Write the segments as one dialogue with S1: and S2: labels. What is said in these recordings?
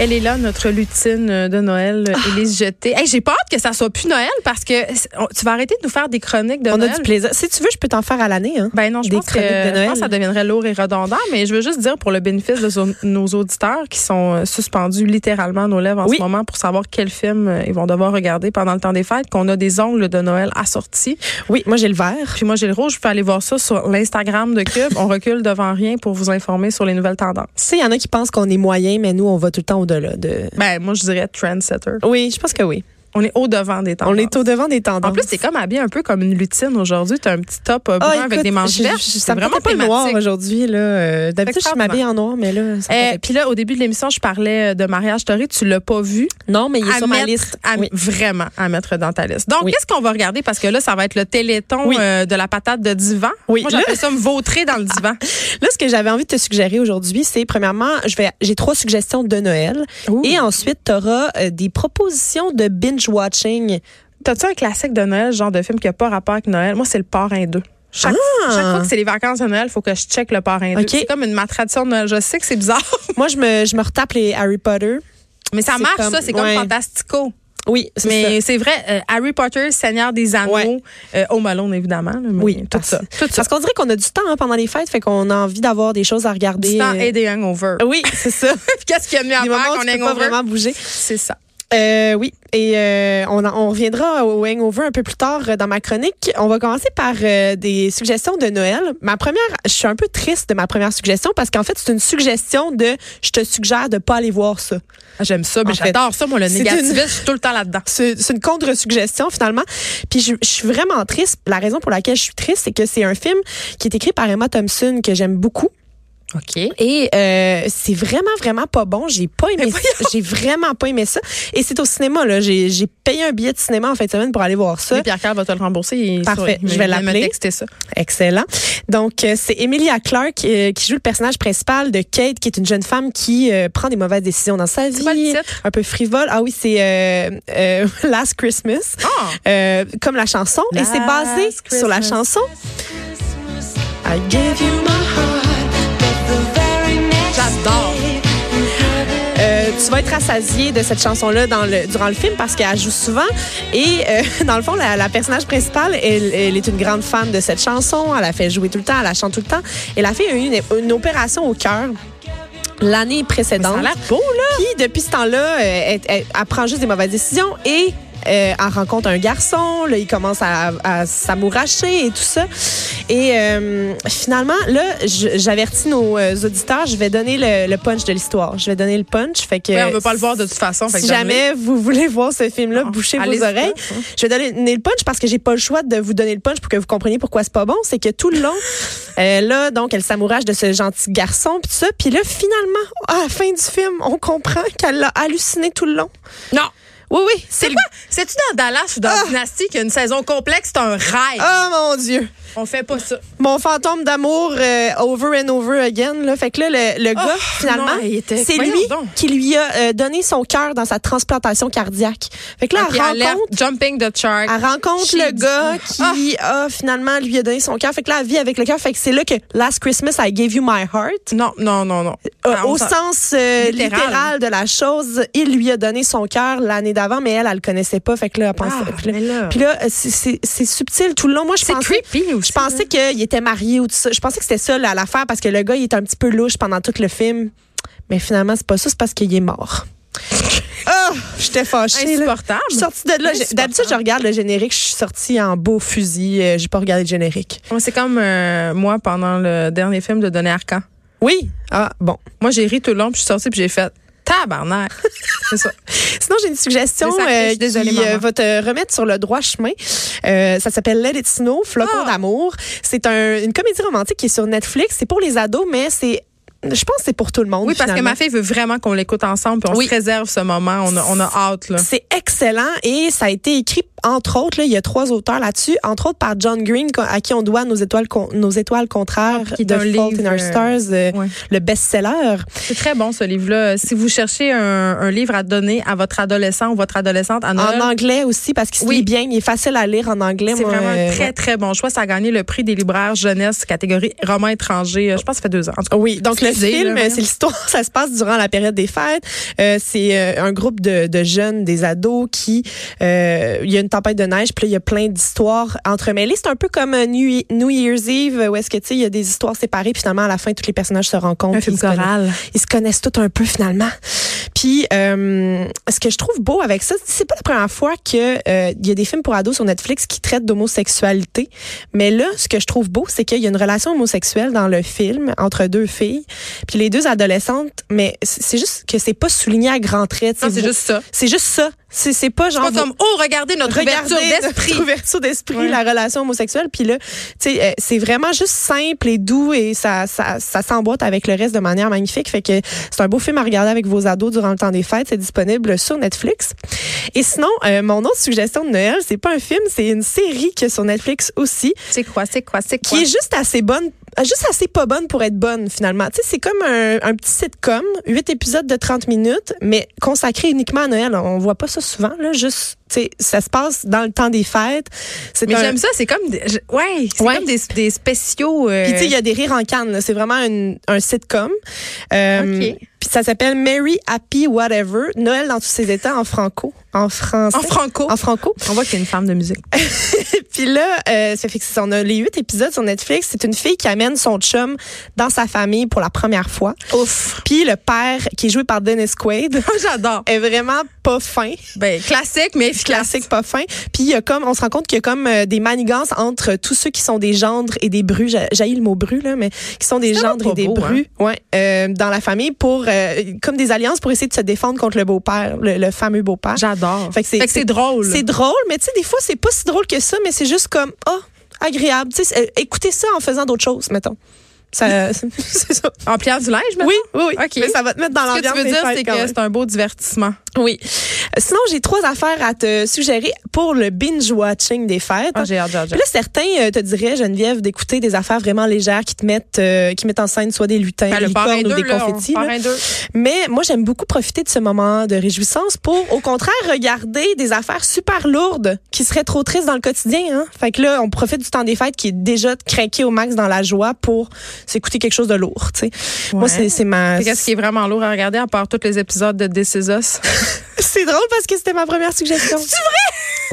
S1: Elle est là, notre lutine de Noël,
S2: Ah.
S1: Élise Jeté. Hey, j'ai peur que ça soit plus Noël parce que c'est- on- tu vas arrêter de nous faire des chroniques de
S2: On a
S1: Noël.
S2: du plaisir. Si tu veux, je peux t'en faire à l'année. Hein.
S1: Ben non, je
S2: Des
S1: pense, que,
S2: chroniques de
S1: je
S2: Noël.
S1: pense que ça deviendrait lourd et redondant, mais je veux juste dire pour le bénéfice de so- nos auditeurs qui sont euh, suspendus littéralement à nos lèvres en
S2: Oui.
S1: ce moment pour savoir quel film euh, ils vont devoir regarder pendant le temps des fêtes, qu'on a des ongles de Noël assortis.
S2: Oui, moi j'ai le vert.
S1: Puis moi, j'ai le rouge, je peux aller voir ça sur l'Instagram de Cube. On recule devant rien pour vous informer sur les nouvelles tendances.
S2: Tu sais, il y en a qui pensent qu'on est moyen, mais nous, on va tout le temps au-delà de.
S1: Ben, moi, je dirais trendsetter.
S2: Oui, je pense que oui.
S1: On est au-devant des tendances.
S2: On est au-devant des tendances.
S1: En plus, t'es comme habillé un peu comme une lutine aujourd'hui. T'as un petit top euh, brun
S2: Ah,
S1: avec
S2: écoute,
S1: des manches
S2: je-
S1: vertes.
S2: je-
S1: C'est
S2: Ça me
S1: vraiment
S2: tentait pas le noir
S1: thématique.
S2: aujourd'hui. là. Euh, D'habitude, je
S1: Spectaculaire.
S2: m'habille en noir, mais là. ça me
S1: Euh,
S2: tentait
S1: Puis là, au début de l'émission, je parlais euh, de mariage Story. Tu l'as pas vu.
S2: pas. non, mais il est
S1: à
S2: sur ma
S1: mettre-
S2: liste.
S1: à-
S2: Oui.
S1: Vraiment à mettre dans ta liste. Donc,
S2: Oui.
S1: qu'est-ce qu'on va regarder? Parce que là, ça va être le téléthon
S2: Oui.
S1: euh, de la patate de divan.
S2: Oui,
S1: Moi, j'appelle ça me vautrer dans le divan.
S2: Là, ce que j'avais envie de te suggérer aujourd'hui, c'est premièrement, je vais, j'ai trois suggestions de Noël.
S1: Ouh.
S2: Et ensuite, tu auras des propositions de binge-watching.
S1: T'as-tu un classique de Noël, genre de film qui n'a pas rapport avec Noël? Moi, c'est le Parrain 2. Chaque, chaque fois que c'est les vacances de Noël, il faut que je check le Parrain 2.
S2: Ok.
S1: C'est comme une ma tradition de Noël. Je sais que c'est bizarre,
S2: Moi, je me, je me retape les Harry Potter.
S1: mais ça
S2: C'est
S1: marche,
S2: comme-
S1: ça. C'est comme
S2: ouais.
S1: Fantastico.
S2: Oui, c'est ça.
S1: Mais c'est vrai, euh, Harry Potter, Seigneur des Anneaux,
S2: Ouais.
S1: euh, Home Alone, évidemment. là, mais
S2: Oui,
S1: tout ça. Tout ça.
S2: Parce qu'on dirait qu'on a du temps hein, pendant les fêtes, fait qu'on a envie d'avoir des choses à regarder.
S1: Du temps
S2: euh,
S1: et des hangovers.
S2: Oui, c'est ça.
S1: Qu'est-ce qu'il y a de mieux à
S2: des moments
S1: faire
S2: où
S1: qu'on
S2: tu
S1: ait
S2: peux pas
S1: hangover?
S2: vraiment bouger.
S1: C'est ça.
S2: Euh, oui, et euh, on, en- on reviendra au hangover un peu plus tard euh, dans ma chronique. On va commencer par euh, des suggestions de Noël. Ma première, je suis un peu triste de ma première suggestion parce qu'en fait, c'est une suggestion de « je te suggère de pas aller voir Ah, ça
S1: J'aime ça,
S2: En
S1: mais
S2: fait,
S1: j'adore ça, moi, le
S2: c'est
S1: négativisme.
S2: une-
S1: Je suis tout le temps là-dedans. ».
S2: C'est c'est une contre-suggestion finalement. Puis je, je suis vraiment triste. La raison pour laquelle je suis triste, c'est que c'est un film qui est écrit par Emma Thompson que j'aime beaucoup.
S1: OK.
S2: Et euh, c'est vraiment vraiment pas bon. J'ai pas aimé. ça. J'ai vraiment pas aimé ça. Et c'est au cinéma là. J'ai j'ai payé un billet de cinéma en fin de semaine pour aller voir ça.
S1: Pierre Carl va te le rembourser. il est
S2: Parfait,
S1: il
S2: je
S1: me-
S2: vais
S1: il me
S2: l'appeler.
S1: texter ça.
S2: Excellent. Donc euh, c'est Emilia Clarke euh, qui joue le personnage principal de Kate, qui est une jeune femme qui euh, prend des mauvaises décisions dans sa
S1: quoi le
S2: vie,
S1: titre?
S2: un peu frivole. Ah oui, c'est euh, euh, Last Christmas.
S1: Ah!
S2: Euh, comme la chanson. et c'est basé
S1: Last
S2: sur la
S1: Christmas.
S2: chanson. I gave you my heart.
S1: J'adore.
S2: Euh, tu vas être rassasié de cette chanson-là dans le, durant le film parce qu'elle joue souvent. Et euh, dans le fond, la, la personnage principale, elle, elle est une grande fan de cette chanson. Elle la fait jouer tout le temps, elle la chante tout le temps. Et la fille a eu une, une opération au cœur l'année précédente.
S1: Ça a l'air beau, là.
S2: Puis depuis ce temps-là, euh, elle, elle- elle prend juste des mauvaises décisions et euh, elle rencontre un garçon. Là, il commence à, à s'amouracher et tout ça. Et euh, finalement, là, je- j'avertis nos euh, auditeurs, je vais donner le, le punch de l'histoire. Je vais donner le punch. Fait que
S1: Ouais, on veut pas le voir de toute façon. fait
S2: si
S1: que donne-le.
S2: jamais vous voulez voir ce film-là,
S1: Non,
S2: bouchez vos
S1: allez-y
S2: oreilles.
S1: pas,
S2: Je vais donner le punch parce que j'ai pas le choix de vous donner le punch pour que vous compreniez pourquoi c'est pas bon. C'est que tout le long, euh, là, donc, elle s'amourage de ce gentil garçon, puis tout ça. Puis là, finalement, à la fin du film, on comprend qu'elle l'a halluciné tout le long.
S1: Non!
S2: Oui, oui, c'est le...
S1: C'est-tu dans Dallas ou dans
S2: Ah!
S1: Dynasty qu'il y a une saison complexe? C'est un rêve.
S2: Oh mon Dieu!
S1: On fait pas ça.
S2: Mon fantôme d'amour euh, over and over again. Là. Fait que là, le, le gars, finalement,
S1: Oh, non, il était-
S2: c'est
S1: voyons
S2: lui
S1: donc.
S2: qui lui a euh, donné son cœur dans sa transplantation cardiaque. Fait que là,
S1: Ok,
S2: elle
S1: Ah, elle lève,
S2: rencontre
S1: Jumping the shark.
S2: Elle rencontre
S1: She
S2: le
S1: did-
S2: gars
S1: ah.
S2: qui a finalement lui a donné son cœur. Fait que là, elle vit avec le cœur. Fait que c'est là que Last Christmas, I gave you my heart.
S1: Non, non, non, non.
S2: Euh,
S1: Ah, on
S2: au
S1: s'en-
S2: sens euh,
S1: Littéral.
S2: littéral. de la chose, il lui a donné son cœur l'année d'avant, mais elle, elle le connaissait pas. Fait que là, elle pensait.
S1: Ah,
S2: puis là,
S1: mais là-
S2: puis là, euh, c'est- c'est c'est subtil tout le long. Moi, je
S1: C'est
S2: pensais,
S1: creepy aussi,
S2: Je pensais qu'il était marié ou tout ça. Je pensais que c'était ça là, l'affaire parce que le gars, il est un petit peu louche pendant tout le film. Mais finalement, c'est pas ça, c'est parce qu'il est mort. Ah, j'étais fâchée. là.
S1: Insupportable.
S2: Je suis sortie de là. J'ai-
S1: Insupportable.
S2: D'habitude, je regarde le générique. Je suis sortie en beau fusil. Euh, J'ai pas regardé le générique.
S1: Ouais, C'est comme euh, moi pendant le dernier film de Donner Arcan.
S2: Oui. Ah, bon.
S1: Moi, j'ai ri tout le long, puis je suis sortie, puis j'ai fait tabarnak. C'est ça.
S2: Sinon, j'ai une suggestion
S1: Mais
S2: euh,
S1: ça fait, je suis désolée,
S2: qui
S1: maman.
S2: va te remettre sur le droit chemin. Euh, ça s'appelle Let It Snow, Flocon
S1: Ah!
S2: d'amour. C'est un- une comédie romantique qui est sur Netflix. C'est pour les ados, mais c'est... Je pense que c'est pour tout le monde.
S1: Oui, parce que
S2: finalement.
S1: ma fille veut vraiment qu'on l'écoute ensemble, puis on
S2: Oui.
S1: se réserve ce moment. On a, on a hâte, là.
S2: C'est excellent et ça a été écrit entre autres là, il y a trois auteurs là-dessus, entre autres par John Green qu'on- à qui on doit nos étoiles con- nos étoiles contraires
S1: qui est
S2: de
S1: un
S2: Fault in
S1: livre,
S2: Our
S1: euh,
S2: Stars, euh,
S1: ouais.
S2: le best-seller.
S1: C'est très bon, ce livre-là. Si vous cherchez un, un livre à donner à votre adolescent ou votre adolescente à Noël,
S2: En anglais aussi, parce qu'il se
S1: Oui.
S2: lit bien. Il est facile à lire en anglais.
S1: c'est
S2: moi,
S1: vraiment un
S2: euh,
S1: très, très bon choix. Ça a gagné le prix des libraires jeunesse catégorie roman étranger. euh, Je pense que ça fait deux ans. En tout cas,
S2: Oui, donc le le
S1: idée,
S2: film,
S1: là,
S2: c'est l'histoire, ça se passe durant la période des fêtes. Euh, c'est euh, un groupe de, de jeunes, des ados qui, euh, il y a une tempête de neige, puis là, il y a plein d'histoires entremêlées. C'est un peu comme euh, New, New Year's Eve, où est-ce que, tu sais, il y a des histoires séparées, puis finalement, à la fin, tous les personnages se rencontrent.
S1: Un film
S2: puis ils se connaissent
S1: choral.
S2: ils se connaissent tous un peu finalement. Puis euh, ce que je trouve beau avec ça, c'est pas la première fois que euh, il y a des films pour ados sur Netflix qui traitent d'homosexualité, mais là ce que je trouve beau, c'est qu'il y a une relation homosexuelle dans le film entre deux filles, puis les deux adolescentes, mais c'est c'est juste que c'est pas souligné à grands traits,
S1: Non,
S2: tu
S1: c'est
S2: sais, vous-
S1: juste ça.
S2: c'est juste ça. C'est c'est pas genre
S1: Pas comme, oh, regardez notre
S2: Regardez
S1: ouverture
S2: notre
S1: d'esprit.
S2: ouverture d'esprit,
S1: Ouais.
S2: la relation homosexuelle. Puis là, tu sais, euh, c'est vraiment juste simple et doux et ça, ça, ça s'emboîte avec le reste de manière magnifique. Fait que c'est un beau film à regarder avec vos ados durant le temps des fêtes. C'est disponible sur Netflix. Et sinon, euh, mon autre suggestion de Noël, c'est pas un film, c'est une série qui est sur Netflix aussi,
S1: C'est quoi, c'est quoi, c'est
S2: qui est juste assez bonne. euh, Juste assez pas bonne pour être bonne, finalement. Tu sais, c'est comme un, un petit sitcom, huit épisodes de 30 minutes, mais consacré uniquement à Noël. On voit pas ça souvent, là. Juste, tu sais, ça se passe dans le temps des fêtes. C'est
S1: Mais
S2: un-
S1: j'aime ça, c'est comme, des- je- ouais, c'est
S2: Ouais.
S1: comme des, des spéciaux. euh,
S2: Puis tu sais, il y a des rires en canne. là. C'est vraiment une- un sitcom. Euh,
S1: Ok.
S2: Puis ça s'appelle Merry Happy Whatever. Noël dans tous ses états en franco, en français,
S1: en franco.
S2: en franco.
S1: On voit que t'es une femme de musique.
S2: Puis là, euh, ça fait que c'est- on a les huit épisodes sur Netflix. C'est une fille qui amène son chum dans sa famille pour la première fois.
S1: Ouf.
S2: Puis le père, qui est joué par Dennis Quaid,
S1: J'adore.
S2: est vraiment pas fin.
S1: Ben, classique, mais efficace.
S2: classique pas fin. Puis il y a comme on se rend compte qu'il y a comme euh, des manigances entre tous ceux qui sont des gendres et des brus, J'ai- j'ai eu le mot bru là, mais qui sont des
S1: C'est vraiment
S2: gendres et
S1: pas
S2: des
S1: beau, hein.
S2: brus, ouais, euh, dans la famille pour euh, comme des alliances pour essayer de se défendre contre le beau-père, le, le fameux beau-père.
S1: J'adore.
S2: Fait que c'est- c'est-
S1: drôle.
S2: C'est drôle, mais tu sais des fois c'est pas si drôle que ça, mais c'est juste comme ah agréable. Tu sais, c'est- euh, écoutez ça en faisant d'autres choses, mettons. Ça, c'est ça.
S1: En pliant du linge, maintenant?
S2: Oui, oui, oui.
S1: Ok.
S2: Mais ça va te mettre dans
S1: Ce que
S2: l'ambiance.
S1: tu veux
S2: des
S1: dire,
S2: fêtes
S1: c'est
S2: quand
S1: que
S2: même.
S1: c'est un beau divertissement.
S2: Oui. Sinon, j'ai trois affaires à te suggérer pour le binge-watching des fêtes.
S1: Ah, j'ai hâte, j'ai hâte, j'ai
S2: Puis là, certains euh, te diraient, Geneviève, d'écouter des affaires vraiment légères qui te mettent, euh, qui mettent en scène soit des lutins,
S1: Ben,
S2: des licornes ou
S1: deux,
S2: des
S1: là, on-
S2: confettis. là. Euh,
S1: parrain deux.
S2: Mais moi, j'aime beaucoup profiter de ce moment de réjouissance pour, au contraire, regarder des affaires super lourdes qui seraient trop tristes dans le quotidien. Hein. Fait que là, on profite du temps des fêtes qui est déjà craqué au max dans la joie pour s'écouter quelque chose de lourd. tu sais. Moi,
S1: Ouais.
S2: c'est c'est ma...
S1: Fait Qu'est-ce qui est vraiment lourd à regarder, à part tous les épisodes de This Is Us?
S2: C'est drôle parce que c'était ma première suggestion. C'est vrai?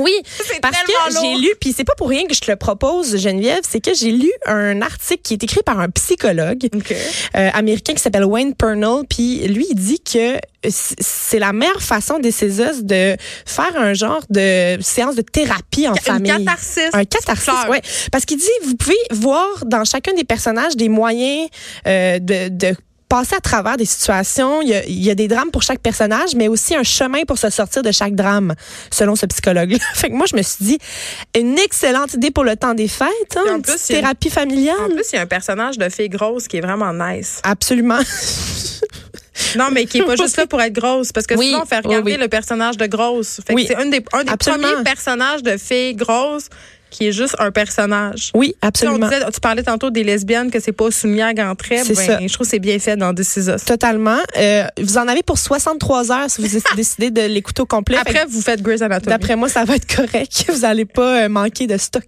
S2: Oui, parce que
S1: tellement
S2: j'ai
S1: lourd.
S2: lu, puis c'est pas pour rien que je te le propose, Geneviève, c'est que j'ai lu un article qui est écrit par un psychologue
S1: OK.
S2: euh, américain qui s'appelle Wayne Pernell, puis lui, il dit que c- c'est la meilleure façon des Césars de faire un genre de séance de thérapie en
S1: Une
S2: famille.
S1: catharsis.
S2: Un catharsis,
S1: Fleur.
S2: ouais. Parce qu'il dit, vous pouvez voir dans chacun des personnages des moyens euh, de, de passer à travers des situations. Il y, a, il y a des drames pour chaque personnage, mais aussi un chemin pour se sortir de chaque drame, selon ce psychologue. fait que moi, je me suis dit, une excellente idée pour le temps des fêtes, hein,
S1: Puis en
S2: une
S1: plus,
S2: petite
S1: il y a-
S2: thérapie familiale.
S1: En plus, il y a un personnage de fille grosse qui est vraiment nice.
S2: Absolument.
S1: Non, mais qui est pas juste là pour être grosse, parce que
S2: Oui,
S1: souvent, on fait
S2: oui,
S1: regarder
S2: oui.
S1: le personnage de grosse. Fait que
S2: Oui.
S1: c'est un des, un des
S2: Absolument.
S1: premiers personnages de fille grosse qui est juste un personnage.
S2: Oui,
S1: Tu sais, on
S2: absolument.
S1: disait- tu parlais tantôt des lesbiennes, que c'est pas soumiag en trait.
S2: C'est
S1: Ben,
S2: ça.
S1: je trouve que c'est bien fait dans This Is Us.
S2: Totalement. Euh, vous en avez pour 63 heures si vous décidez de l'écouter au complet. Fait que
S1: Après, vous faites Grey's Anatomy.
S2: D'après moi, ça va être correct. Vous n'allez pas euh, manquer de stock.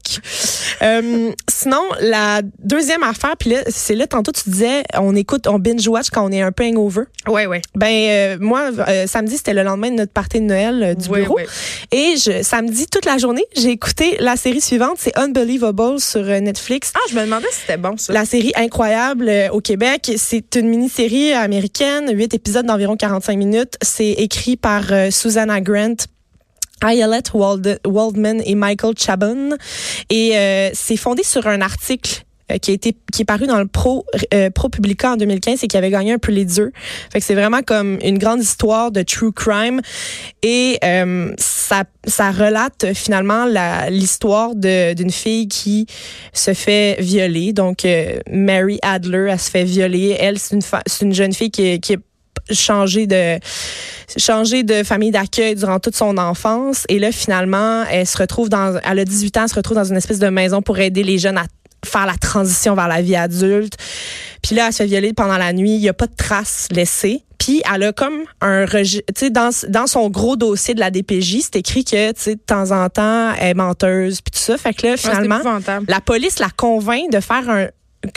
S2: Euh, sinon, la deuxième affaire, puis là, c'est là, tantôt, tu disais, on écoute, on binge-watch quand on est un peu hangover.
S1: Ouais, ouais.
S2: Ben, euh, moi, euh, samedi, c'était le lendemain de notre party de Noël euh, du
S1: Ouais,
S2: bureau.
S1: ouais.
S2: Et je, samedi, toute la journée, j'ai écouté la série suivante, c'est Unbelievable sur euh, Netflix.
S1: Ah, je me demandais si c'était bon, ça.
S2: La série incroyable euh, au Québec, c'est une mini-série américaine, huit épisodes d'environ 45 minutes. C'est écrit par euh, Susanna Grant. Ayelet Wald- Waldman et Michael Chabon. Et euh, c'est fondé sur un article euh, qui a été qui est paru dans le pro euh, ProPublica en 2015 et qui avait gagné un Pulitzer. Fait que c'est vraiment comme une grande histoire de true crime et euh, ça ça relate euh, finalement la l'histoire de d'une fille qui se fait violer. Donc euh, Mary Adler, elle se fait violer. Elle c'est une fa- c'est une jeune fille qui est- qui est changée de changé de famille d'accueil durant toute son enfance et là finalement elle se retrouve dans elle a 18 ans elle se retrouve dans une espèce de maison pour aider les jeunes à faire la transition vers la vie adulte. Puis là elle se fait violer pendant la nuit, il y a pas de traces laissées. Puis elle a comme un registre, tu sais dans dans son gros dossier de la DPJ, c'est écrit que tu sais de temps en temps elle est menteuse puis tout ça. Fait que là
S1: Ouais, c'est
S2: finalement
S1: épouvantable.
S2: la police la convainc de faire un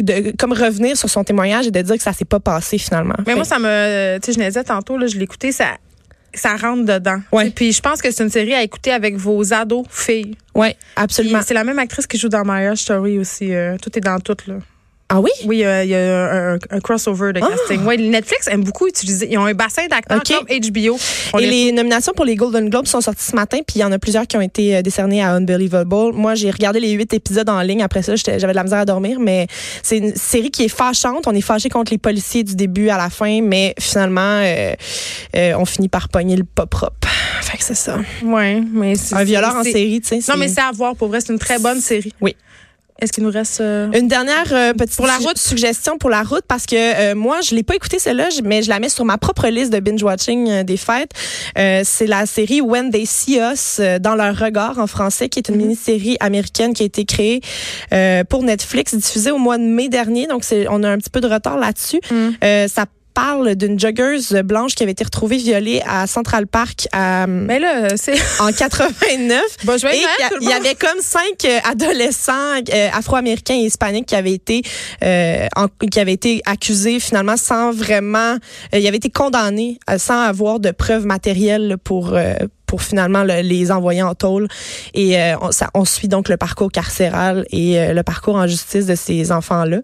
S2: de- comme revenir sur son témoignage et de dire que ça s'est pas passé finalement.
S1: Mais
S2: Fait-
S1: moi, ça me. Tu sais, je le disais tantôt, là, je l'écoutais, ça. Ça rentre dedans.
S2: Ouais.
S1: Et Puis je pense que c'est une série à écouter avec vos ados filles.
S2: ouais,
S1: Puis
S2: absolument.
S1: C'est la même actrice qui joue dans Marriage Story aussi. euh, tout est dans tout là.
S2: Ah oui.
S1: Oui, euh, il y a un, un crossover de
S2: Ah.
S1: casting. Oui, Netflix aime beaucoup utiliser. Ils ont un bassin d'acteurs
S2: Ok.
S1: comme HBO. On
S2: Et
S1: les-
S2: les nominations pour les Golden Globes sont sorties ce matin, puis il y en a plusieurs qui ont été euh, décernées à Unbelievable. Moi, j'ai regardé les huit épisodes en ligne. Après ça, j'étais- j'avais de la misère à dormir, mais c'est une série qui est fâchante. On est fâché contre les policiers du début à la fin, mais finalement, euh, euh, on finit par pogner le pas propre. Fait que c'est ça.
S1: Ouais, mais c'est-
S2: Un violeur Ah, en
S1: c'est-
S2: série, tu sais. c'est-
S1: Non, mais c'est à voir pour vrai. C'est une très bonne série.
S2: Oui.
S1: Est-ce qu'il nous reste. euh,
S2: Une dernière euh, petite
S1: Pour la
S2: su-
S1: route.
S2: suggestion pour la route parce que euh, moi je l'ai pas écouté celle-là je- mais je la mets sur ma propre liste de binge watching des fêtes. Euh, c'est la série When They See Us euh, dans leur regard en français qui est
S1: Mm-hmm.
S2: une mini-série américaine qui a été créée euh, pour Netflix diffusée au mois de mai dernier donc c'est on a un petit peu de retard là-dessus.
S1: Hmm.
S2: Euh, ça parle d'une joggeuse blanche qui avait été retrouvée violée à Central Park à, euh,
S1: Mais là, euh, c'est.
S2: en 89
S1: Bon, je vais
S2: et qu'il y a- il y, avait comme cinq euh, adolescents euh, afro-américains et hispaniques qui avaient été euh, en- qui avaient été accusés finalement sans vraiment euh, ils avaient été condamnés euh, sans avoir de preuves matérielles là, pour euh, pour finalement le- les envoyer en tôle et euh, on, ça- on suit donc le parcours carcéral et euh, le parcours en justice de ces enfants là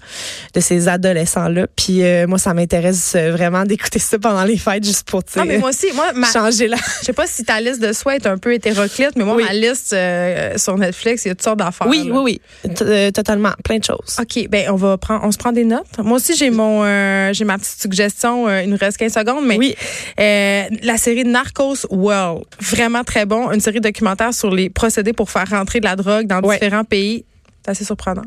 S2: de ces adolescents là puis euh, moi ça m'intéresse euh, vraiment d'écouter ça pendant les fêtes juste pour tu sais,
S1: Non, mais moi aussi, moi, ma-
S2: changer la
S1: je sais pas si ta liste de souhaits est un peu hétéroclite, mais moi,
S2: Oui.
S1: ma liste euh, sur Netflix, il y a toutes sortes d'affaires.
S2: oui
S1: là.
S2: oui oui T- euh, totalement plein de choses
S1: OK, ben on va prendre on se prend des notes. Moi aussi j'ai mon euh, j'ai ma petite suggestion, euh, il nous reste 15 secondes mais
S2: Oui.
S1: euh, la série Narcos World, vraiment très bon, une série documentaire sur les procédés pour faire rentrer de la drogue dans
S2: Ouais.
S1: différents pays. C'est assez surprenant.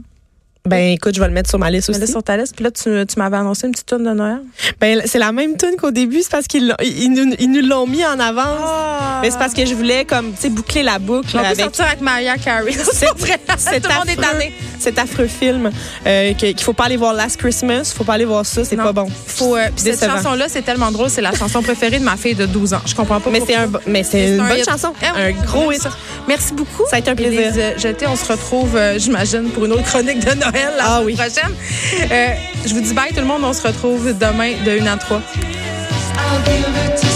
S2: Ben écoute, je vais le mettre sur ma liste
S1: Tu mets
S2: aussi.
S1: sur ta liste, puis là tu, tu m'avais annoncé une petite tune de Noël.
S2: Ben c'est la même tune qu'au début, c'est parce qu'ils l'ont- ils, ils nous- ils nous l'ont mis en avance. Mais c'est parce que je voulais comme tu sais boucler la boucle
S1: on peut
S2: avec
S1: Ah. sortir avec Maria Carey. C'est vrai.
S2: cet
S1: Tout le monde est
S2: affreux-
S1: tanné.
S2: cet affreux film euh, que- qu'il faut pas aller voir Last Christmas, faut pas aller voir ça, c'est
S1: Non.
S2: pas bon.
S1: Faut, euh, puis cette
S2: Décevant.
S1: chanson là, c'est tellement drôle, c'est la chanson préférée de ma fille de 12 ans. Je comprends pas
S2: Mais
S1: pourquoi.
S2: c'est un bo- mais c'est une
S1: un
S2: bonne
S1: hit.
S2: chanson,
S1: Eh oui,
S2: un gros hit.
S1: ça. Merci beaucoup.
S2: Ça a été un plaisir.
S1: Élise, euh, Jeté, on se retrouve, euh, j'imagine, pour une autre chronique de Noël la
S2: Ah
S1: semaine
S2: oui.
S1: prochaine. Euh, je vous dis bye tout le monde. On se retrouve demain de 1 à 3.
S3: I'll give it to